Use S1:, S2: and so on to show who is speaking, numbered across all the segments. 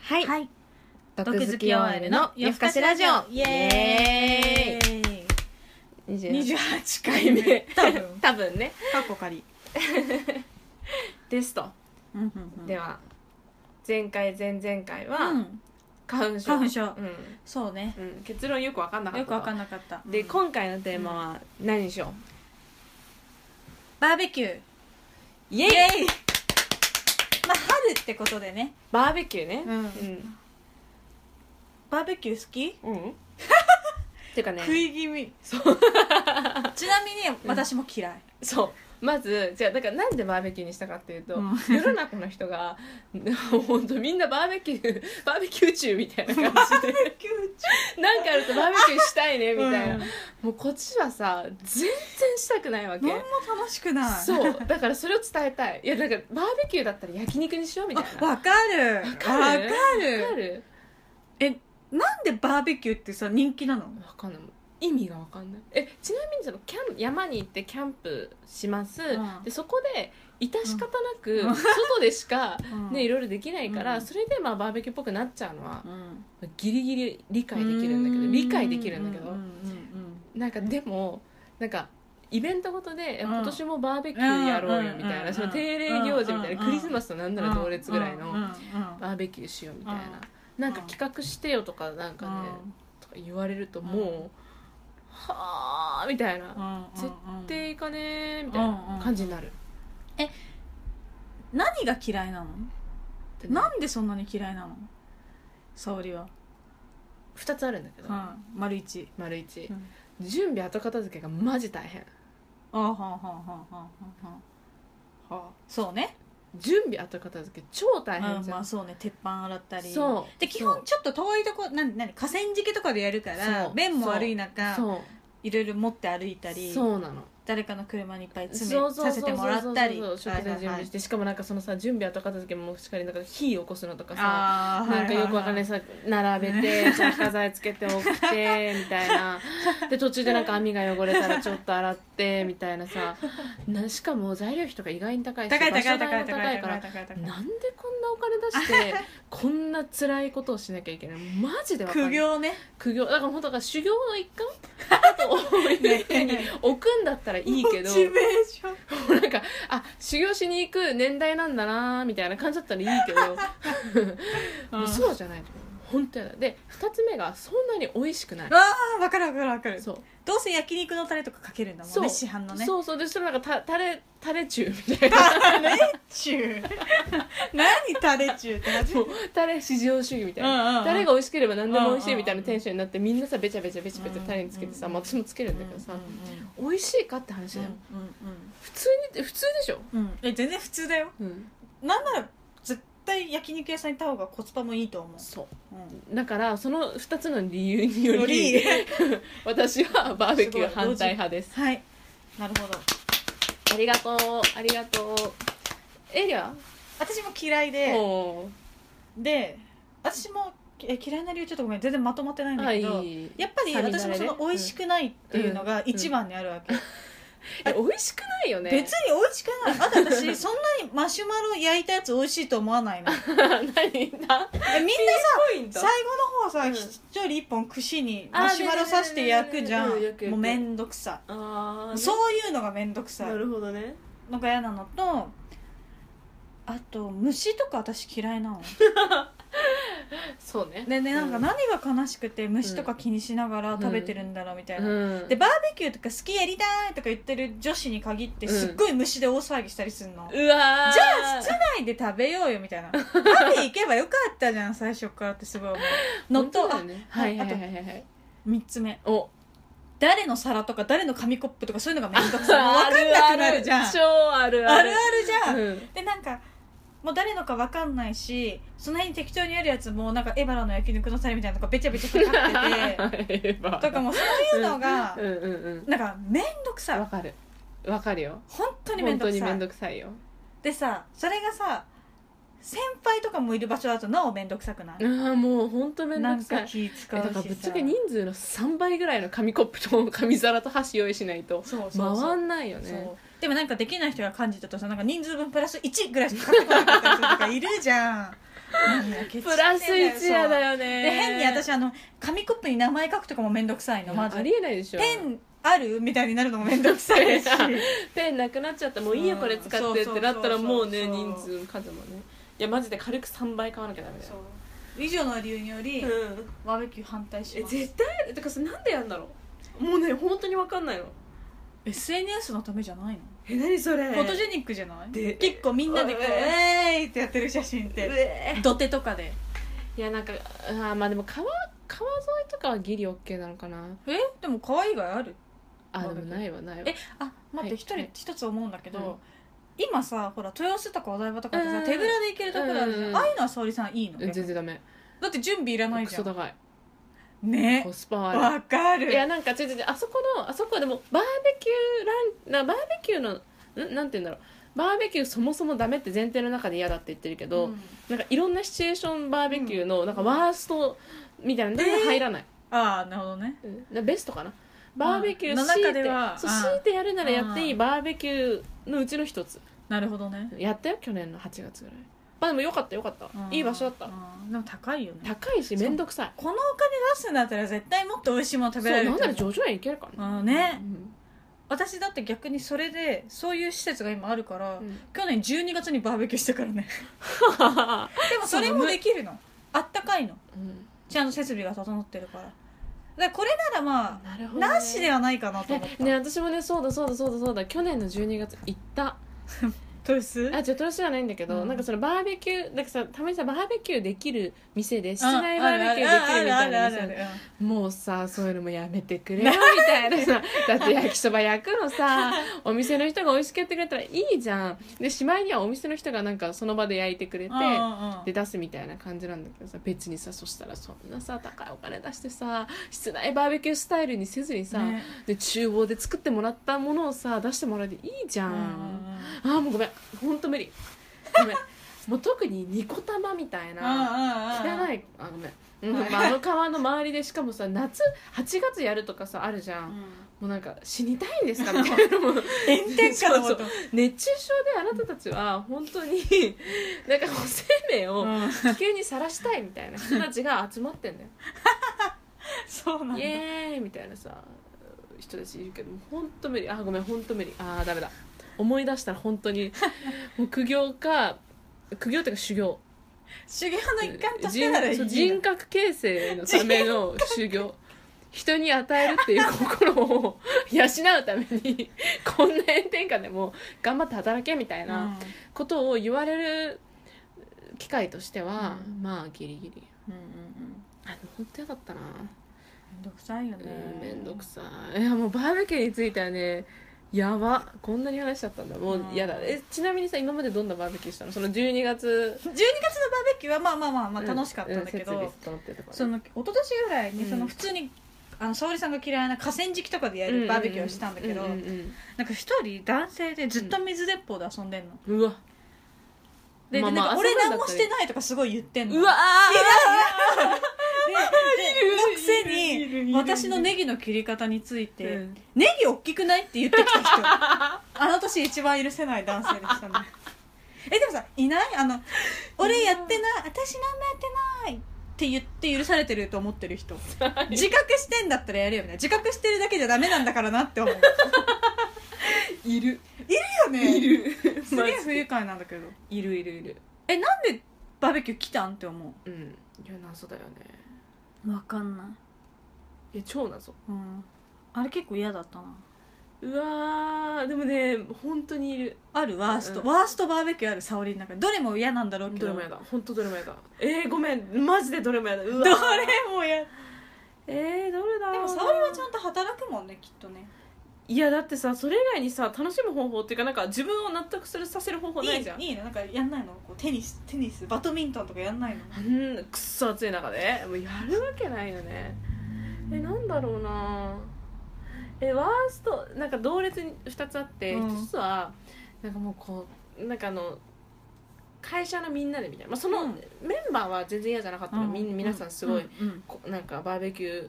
S1: はい、
S2: はい。
S1: 毒好き OL の夜更かしラジオ
S2: イエー
S1: イエー
S2: イ。
S1: イ
S2: 二
S1: 20
S2: 十八
S1: 回
S2: 回
S1: 目
S2: 目。多分。
S1: 多分ね
S2: 過去仮。
S1: ですと、
S2: うんうんうん
S1: では前回前々回は、
S2: うん。
S1: 花粉症
S2: 花粉症
S1: うん
S2: そうね。
S1: うん、結論よく分かんなかった
S2: よくわか
S1: ん
S2: んなかった。
S1: で、
S2: うん
S1: 今回のテーマは何にしよ
S2: バーベキュー。
S1: うイエイ
S2: イ。まあ春ってことでね。
S1: バーベキューね
S2: うん
S1: うん
S2: バーベキュー好き？
S1: うん、 ていうかね
S2: 食い気味。
S1: そう
S2: ちなみに私も嫌い。
S1: そうまずじゃあだからなんでバーベキューにしたかっていうと、
S2: うん
S1: 世の中の人が 本当みんなバーベキューバーベキュー中みたいな感じ で
S2: キュー
S1: なんかあるとバーベキューしたいねみ
S2: み
S1: た
S2: た
S1: い
S2: い
S1: な、
S2: な。
S1: もうこっちはさ全然したくないわけ
S2: 何も楽しくない。
S1: そうだからそれを伝えたいいやなんかバーベキューだったら焼肉にしようみたい
S2: あ。
S1: なわ
S2: わかる。わ
S1: かる
S2: わ
S1: か
S2: かる。
S1: る
S2: え、なんでバーベキューってさ人気なの？
S1: わかんない意味がわかんないえちなみにそのキャン山に行ってキャンプします、
S2: うん
S1: でそこで致し方なく、
S2: うん
S1: 外でしか、ね、い
S2: ろ。
S1: ろいろできないから、
S2: うん
S1: それでまあバーベキューっぽくなっちゃうのは
S2: うん。
S1: ギリギリ理解できるんだけど理解できるんだけど
S2: うう
S1: なんかでもなんかイベントごとで、え
S2: うん
S1: 今年もバーベキューやろうよみたいな、
S2: うん
S1: その定例行事みたいな、
S2: う
S1: ク
S2: ん
S1: リスマスとなんなら同列ぐらい
S2: うんうんう
S1: の
S2: ん
S1: バーベキューしようみたいな、
S2: うん
S1: なんか企画してよとかなんかね、とか言われるともう、
S2: うん
S1: はあみたいな、絶でいかねーみたいな感じになる、
S2: 何が嫌いなの
S1: でね
S2: なんでそんなに嫌いなの沙織は、
S1: 2つあるんだけど、
S2: うん、丸一
S1: 丸一
S2: うん
S1: 準備後片付けがマジ大変、
S2: あはんはんはんはんはんそうね、
S1: 準備後片付け超大変
S2: うん、
S1: じゃん、
S2: まあそうね鉄板洗ったり
S1: そう
S2: で基本ちょっと遠いとこ何何河川敷とかでやるから
S1: そう
S2: 便も悪い中
S1: そう
S2: いろいろ持って歩いたり
S1: そうなの
S2: 誰かの車にいっぱい詰
S1: そう
S2: め
S1: そうそう
S2: さ
S1: そ
S2: せ
S1: う
S2: てもらったり
S1: そうそうそう食材準
S2: はいはいは
S1: 備
S2: い
S1: してしかもなんかそのさ準備後片付けもしっかりなんか火起こすのとかさ
S2: あー
S1: なんかよくわかんないさ並べ て着材つけておくてみたいなで途中でなんか網が汚れたらちょっと洗ってみたいなさなしかも材料費とか意外に高いし
S2: 高い高い
S1: 場所
S2: 高
S1: 代
S2: い
S1: も
S2: 高
S1: 高い
S2: い
S1: か
S2: 高
S1: ら
S2: い高い高い
S1: なんでこんなお金 出してこんな辛いことをしなきゃいけないマジでわかん
S2: 苦
S1: ない
S2: 行ね
S1: 苦行だから本当だから修行の一環だと思い出に置くんだったらいいけ ど
S2: モチベーション
S1: もうなんかあ修行しに行く年代なんだなーみたいな感じだったらいい けど、もうそうじゃないと思う本当やだで2つ目がそんなに美味しくない
S2: ああ分かる分かる分かる
S1: そう
S2: どうせ焼肉のタレとかかけるんだもんね市販のね
S1: そうそうでそれなんかたタレタレ中みたいな
S2: タレ中 何タレ中って初
S1: も
S2: め
S1: うタレ至上主義みたいな、
S2: うんうんうん
S1: タレが美味しければ何でも美味し
S2: うん
S1: い
S2: うんうん
S1: みたいなテンションになってみんなさべちゃべちゃべちゃべちゃ
S2: うん
S1: タレにつけてさ、
S2: うん
S1: まあ、私もつけるんだけどさ、美味しいかって話だよ、
S2: うん
S1: 普通に普通でしょ、
S2: うんうんえ全然普通だよ
S1: うん、
S2: なんなら絶対焼肉屋さん行った方がコスパもいいと思
S1: そう
S2: う、うん、
S1: だからその2つの理由によ
S2: よ
S1: り
S2: り
S1: 私はバーベキュー反対派です
S2: はいなるほど
S1: ありがとうありがとうエリア
S2: 私も嫌いで
S1: お
S2: で私もえ嫌いな理由ちょっとごめん全然まとまってないんだ
S1: は
S2: け
S1: い
S2: ど、
S1: い
S2: やっぱり
S1: さみだ
S2: 私
S1: れね
S2: もその美味しくないっていうのが一番にあるわけ、
S1: や美味しくないよね
S2: 別に美味しくない あと私そんなにマシュマロ焼いたやつ美味しいと思わないの
S1: 何だ
S2: えみんな
S1: ポイン
S2: さ
S1: ト
S2: 最後の方さ、
S1: うん
S2: 一人一本串に
S1: あー
S2: マシュマロ刺して焼くじゃん
S1: ねねねねねねねねねねねねねねね焼く
S2: もうめんどくさ
S1: ああ
S2: そういうのがめんどくさ
S1: ないるほどね
S2: のが嫌なのとあと虫とか私嫌いなの
S1: そうね
S2: でねなんか
S1: う
S2: 何が悲しくて虫とか気にしながら食べてるんだろうみたいな、
S1: うん
S2: でバーベキューとか好きやりたいとか言ってる女子に限って
S1: うん
S2: すっごい虫で大騒ぎしたりする
S1: う
S2: の、
S1: わー
S2: じゃあ室内で食べようよみたいなパフィ行けばよかったじゃん最初からってすごい思うの
S1: 本当
S2: と、
S1: だ
S2: あ
S1: よね
S2: あ
S1: はいはい
S2: あと
S1: はいはいはい
S2: 3つ目
S1: お
S2: 誰の皿とか誰の紙コップとかそういうのがめんどくさい もう分かんなくなるじゃんあ
S1: あ
S2: る
S1: るある超
S2: あ
S1: あ
S2: る
S1: る
S2: じゃん、
S1: うん
S2: でなんかもう誰のか分かんないしその辺に適当にあるやつもなんかエバラの焼肉の皿みたいなのがべちゃべちゃかかっ ててとかもうそういうのが
S1: うんうんうん
S2: なんかめんどくさい
S1: わかるわかるよ
S2: 本当にめん
S1: 本
S2: ど
S1: 当
S2: く
S1: に
S2: さ
S1: め
S2: い
S1: んどくさいよ
S2: でさそれがさ先輩とかもいる場所だとなお面倒くさくない、
S1: ああもう本当めんど
S2: な
S1: く
S2: ん
S1: さ
S2: か
S1: い
S2: 気
S1: え
S2: 使
S1: だ
S2: う
S1: からぶっ
S2: し
S1: ち
S2: さ
S1: ゃけ人数の3倍ぐらいの紙コップと 紙皿と箸用意しないと
S2: そうそうそう
S1: 回んないよ
S2: そ
S1: ね
S2: うでもなんかできない人が感じたとさなんか人数分プラス1ぐらいしかかってこなかった人とかいるじゃん何がケチってんだ
S1: プ
S2: よ
S1: ラス1やだ
S2: そう
S1: よね
S2: で変に私あの紙コップに名前書くとかもめんどくさいのまず
S1: ありえないでしょ
S2: ペンあるみたいになるのもめんどくさいし
S1: ペン なくなっちゃったもういいよ
S2: うん
S1: これ使ってってなったら
S2: そうそうそうそう
S1: もうね人数数もねいやマジで軽く3倍買わなきゃダメだよ
S2: そう以上の理由により、
S1: うん
S2: バーベキュー反対し
S1: え
S2: ます
S1: 絶対てかそれなんでやんだろうもうね本当に分かんないの
S2: SNS のためじゃないの
S1: え何それ
S2: フォトジェニックじゃない
S1: で
S2: 結構みんなでこう「
S1: う
S2: えーい!」ってやってる写真って土手とかで
S1: いやなんかあーまあでも川川沿いとかはギリオッケーなのかな
S2: えでも可愛い以外ある
S1: あでもないわないわ
S2: えあ待
S1: は
S2: って
S1: い
S2: 一、
S1: はい
S2: 人一つ思うんだけど、
S1: うん
S2: 今さほら豊洲とかお台場とかって
S1: う
S2: さ
S1: ん
S2: 手ぶらで行けるところあるじゃん、
S1: うん
S2: ああいうのは沙織さんいいの
S1: 全然ダメ
S2: だって準備いらない
S1: ク
S2: じゃ
S1: ソ
S2: ん
S1: 高い
S2: ね
S1: コスパ悪い
S2: わかる
S1: いやなんか違う違うあそこのあそこはでもバーベキューランなバーベキューのんなんて言うんだろうバーベキューそもそもダメって前提の中で嫌だって言ってるけど、
S2: うん
S1: なんかいろんなシチュエーションバーベキューのなんかワーストみたいなの全然入らない、
S2: ああなるほどね
S1: うんなベストかなバーベキュー
S2: の
S1: 強
S2: 中
S1: いて
S2: では
S1: そう
S2: あー
S1: 強いてやるならやってい
S2: あ
S1: い
S2: ー
S1: バーベキューのうちの一つ
S2: なるほどね、
S1: やったよ去年の8月ぐらいまあでもよかったよかった
S2: うん
S1: いい場所だった
S2: うんでも高いよね
S1: 高いし面倒くさい
S2: このお金出すんだったら絶対もっと美味しいもの
S1: そ
S2: 食
S1: う
S2: べられる
S1: なん
S2: と
S1: な
S2: 思
S1: ら
S2: う
S1: 叙々苑行けるから
S2: うんね
S1: うん
S2: 私だって逆にそれでそういう施設が今あるから、
S1: うん
S2: 去年12月にバーベキューしたからねでもそれもできるのあったかいの
S1: うん
S2: ちゃんと設備が整ってるからだからこれならま
S1: なるほど
S2: あ
S1: ね
S2: なしではないかなと思っ
S1: え
S2: た、
S1: ね私もねそうだそうだそうだそうだ去年の12月行った
S2: 豊洲
S1: あじゃあトロスじゃないんだけど、
S2: うん
S1: なんかそのバーベキューなんかさたまにさバーベキューできる店で室
S2: あ
S1: 内バーベキューできるみたいな
S2: あるあるあるある
S1: 店
S2: ある
S1: もうさそういうのもやめてくれよみたいな さだって焼きそば焼くのさお店の人が美味しくやってくれたらいいじゃんでしまいにはお店の人がなんかその場で焼いてくれて
S2: うんうん
S1: で出すみたいな感じなんだけどさ別にさそしたらそんなさ高いお金出してさ室内バーベキュースタイルにせずにさ、
S2: ね
S1: で厨房で作ってもらったものをさ出してもらえていいじゃ
S2: うん
S1: ん、
S2: うん
S1: あーもうごめん本当無理ごめんもう特にニコ玉みたいな
S2: うん
S1: 汚
S2: い
S1: いあごめんうんまああの川の周りでしかもさ夏8月やるとかさあるじゃん、もうなんか死にたいんですかみたいなもう
S2: 炎天下のこと
S1: そう熱中症であなたたちは本当になんかこう生命を
S2: うん
S1: 地球にさらしたいみたいな人たちが集まってんだよ
S2: そうなん
S1: イ
S2: だ
S1: エーイみたいなさ人たちいるけどもう本当無理あーごめん本当無理あーダメだ思い出したら本当 にもう苦行か苦行っていうか修行
S2: 修行の一環としてならいい
S1: 人
S2: な
S1: そう人格形成のため の修行人に与えるっていう心を養うためにこんな炎天下でも頑張って働けみたいなことを言われる機会としては、
S2: うん
S1: まあギリギリ
S2: うんうんうん
S1: あの本当嫌だったな
S2: めんどくさいよね
S1: うんめんどくさいいやもうバーベキューについてはねやばこんなに話しちゃったんだもう嫌だ
S2: うん
S1: えちなみにさ今までどんなバーベキューしたのその12月
S2: 12月のバーベキューはまあまあまあまあ楽しかったんだけど、
S1: うんうん設備整ってたからね
S2: その一昨年ぐらいに
S1: うん
S2: その普通に、あの沙織さんが嫌いな河川敷とかでやるバーベキューをしたんだけど、
S1: ううんうん
S2: なんか一人男性でずっと水鉄砲で遊んでんの、
S1: うわ
S2: で,で、
S1: まあまあ
S2: なんか俺
S1: 遊ぶんだった
S2: 何
S1: ら
S2: もしてないとかすごい言ってんの
S1: うわ
S2: ででの
S1: いるいる
S2: く
S1: い
S2: せ
S1: るい
S2: に
S1: る
S2: 私のネギの切り方について、
S1: うん
S2: ネギ大きくないって言ってきた人あの年一番許せない男性でしたねえでもさいないあの俺やってない私何もやってないって言って許されてると思ってる人自覚してんだったらやるよね自覚してるだけじゃダメなんだからなって思う
S1: いる
S2: よね
S1: いる
S2: すげえ不愉快なんだけど
S1: いるいるいる
S2: えなんでバーベキュー来たんって思
S1: うんいや謎だよね
S2: うわかんな
S1: い
S2: い、
S1: や超謎
S2: うん、あれ結構嫌だったな
S1: うわーでもね本当にいる
S2: あるワースト、
S1: うん
S2: ワーストバーベキューある沙織の中でどれも嫌なんだろうけ
S1: ど
S2: ど
S1: れもやだ本当どれもやだえー、ごめんマジでどれもやだう
S2: ど
S1: わ
S2: れ
S1: ー
S2: も嫌
S1: えー、どれだろうな
S2: でも沙織はちゃんと働くもんねきっとね
S1: いやだってさそれ以外にさ楽しむ方法っていうかなんか自分を納得するさせる方法ないじゃん
S2: いいいいのなんかやんないのこうテニステニスバドミントンとかやんないの
S1: あんなくっそ暑い中でもうやるわけないよねえなんだろうなえワーストなんか同列に2つあって、
S2: うん
S1: 1つはなんかもうこうなんかあの会社のみんなでみたいな、まあ、その、
S2: うん
S1: メンバーは全然嫌じゃなかったの、みん、皆さんすごい、
S2: うん
S1: こなんかバーベキューバー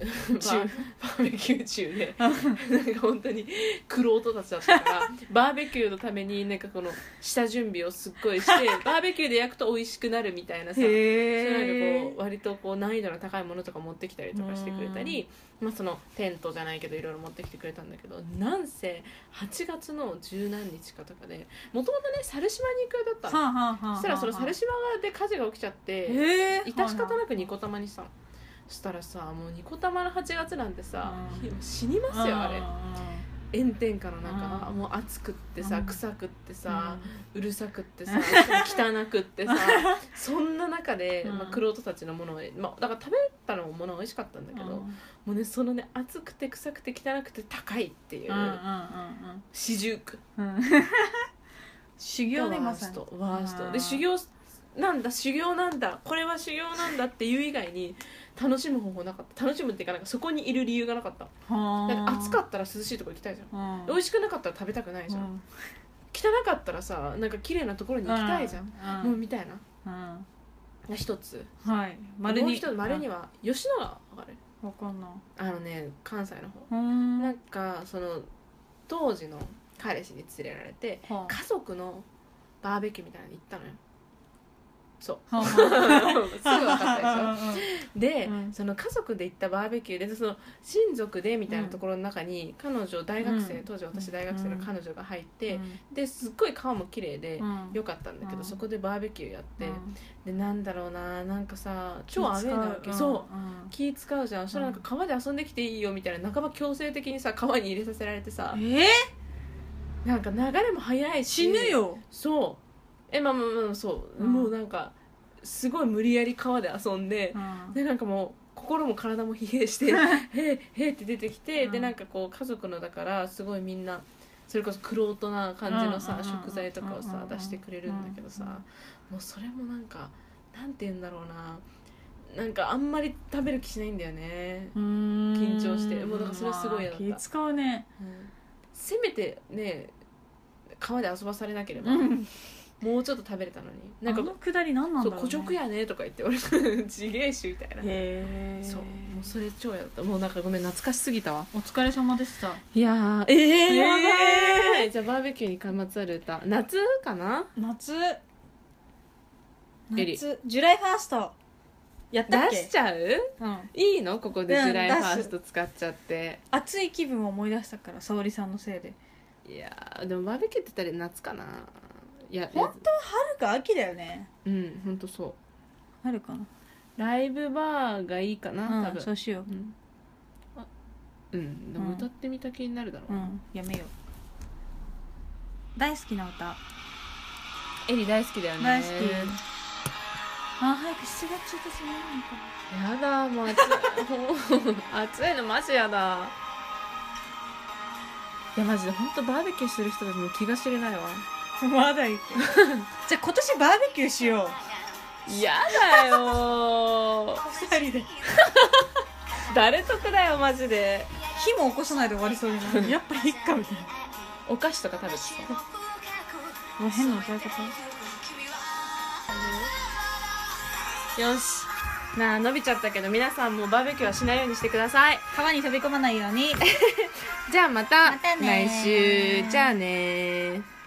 S2: 中
S1: バーベキュー中で なんか本当に苦労人たちだったからバーベキューのためになんかこの下準備をすっごい してバーベキューで焼くと美味しくなるみたいなさそういう
S2: へ
S1: なんかこう割とこう難易度の高いものとか持ってきたりとかしてくれたり、まあ、そのテントじゃないけどいろいろ持ってきてくれたんだけどなんせ8月の十何日かとかでもともとね猿島に行く予定だったの
S2: はあはあはあはあ
S1: そしたらその猿島で火事が起きちゃって
S2: へえ
S1: 致し方なくニコ玉にしたのそしたらさもうニコ玉の8月なんてさ
S2: うん
S1: 死にますよあれ
S2: れ
S1: 炎天下の中
S2: うん
S1: もう暑くって
S2: う
S1: さ
S2: ん
S1: 臭くって
S2: さ
S1: さうるさくってさ汚くって さそんな中で、
S2: うん
S1: まあ、クロートたちのものを、まあ、だから食べたのもものは美味しかったんだけど、もうねそのね暑くて臭くて汚くて高いっていう四十九が
S2: 修行
S1: ワ
S2: ねま
S1: ー
S2: さ
S1: ス
S2: に
S1: トワース
S2: う
S1: ト
S2: ん
S1: で修行なんだ修行なんだこれは修行なんだっていう以外に楽しむ方法なかった楽しむっていうかなんかそこにいる理由がなかったなんか暑かったら涼しいとこ行きたいじゃん
S2: た
S1: 美味しくなかったら食べたくないじゃん、
S2: ん
S1: 汚かったらさなんか綺麗なところに行きたいじゃん、
S2: ゃ
S1: もうみたいな
S2: うん
S1: が一つ
S2: はい丸
S1: もう
S2: に
S1: 一つ丸には吉野川わかる
S2: あわかんない
S1: あのね関西の方
S2: うーん
S1: なんかその当時の彼氏に連れられて
S2: は
S1: 家族のバーベキューみたいなのに行ったのよそう
S2: あはあ
S1: すぐ分かったでしょで、
S2: うん
S1: その家族で行ったバーベキューでその親族でみたいなところの中に彼女大学生、
S2: うん
S1: 当時私大学生の彼女が入って、
S2: うん
S1: ですっごい顔も綺麗で、
S2: うん
S1: よかったんだけど、
S2: うん
S1: そこでバーベキューやって、
S2: うん
S1: でなんだろうななんかさ超アウ
S2: 気
S1: ェー
S2: 使
S1: なわけ、
S2: ん
S1: そう
S2: うん
S1: 気使うじゃんそしたらなんか川で遊んできていいよみたいな半ば強制的にさ川に入れさせられてさ
S2: えー
S1: なんか流れも早いし
S2: 死ぬよ
S1: そうえまあまあまあそう、
S2: うん
S1: もうなんかすごい無理やり川で遊んで、でなんかもう心も体も疲弊 してへえへえって出てきて、
S2: うん
S1: でなんかこう家族のだからすごいみんなそれこそくろうとな感じのさ、
S2: うんうんうんうん
S1: 食材とかを
S2: うんうん
S1: さ
S2: う、ん
S1: 出してくれるんだけどさ、
S2: うんうん
S1: もうそれもなんかなんて言うんだろうななんかあんまり食べる気しないんだよね
S2: 緊
S1: 張してもうだからそれはすごい嫌だった
S2: 気使うね
S1: せめてね川で遊ばされなければ、
S2: うん
S1: もうちょっと食べれたのにな
S2: なん
S1: ん
S2: か
S1: か
S2: あのくだり何なん
S1: そ
S2: だ
S1: う
S2: ろう、ね、
S1: 孤食やねとか言って俺 ちげえしみたいな
S2: へえ
S1: そうもうそれ超やだったもうなんかごめん懐かしすぎたわ
S2: お疲れ様でした
S1: いやーええ
S2: えー
S1: やばい、じゃあバーベキューにまつわる歌夏かな
S2: 夏
S1: エリ
S2: 夏ジュライファーストやったっ
S1: 出
S2: け
S1: しちゃう
S2: うん、
S1: いいのここで
S2: うん
S1: ジュライファースト使っちゃって、
S2: 暑い気分を思い出したから沙織さんのせいで
S1: いやーでもバーベキューって言ったら夏かないや
S2: 本当春か秋だよね
S1: うん本当そう
S2: 春かな
S1: ライブバーがいいかな、多
S2: うん
S1: 分
S2: そうしよ
S1: うんあうんでも歌ってみた気になるだろ
S2: う
S1: う、
S2: うんやめよう大好きな歌
S1: エリ大好きだよね
S2: 大好きあ早く7月1日になるのか
S1: やだもう暑いもう 暑いのマジやだいやマジで本当バーベキューしてる人たちの気が知れないわ
S2: まだいく じゃあ今年バーベキューしよう
S1: やだよー
S2: 二人で
S1: 誰得だよマジで
S2: 火も起こさないで終わりそうになるやっぱいいかみたい
S1: お菓子とか食べてさ
S2: なもう変な歌い方
S1: よしなあ伸びちゃったけど皆さんもバーベキューはしないようにしてください
S2: 川に飛び込まないように
S1: じゃあまた
S2: またね
S1: 来
S2: ー
S1: 週じゃあねー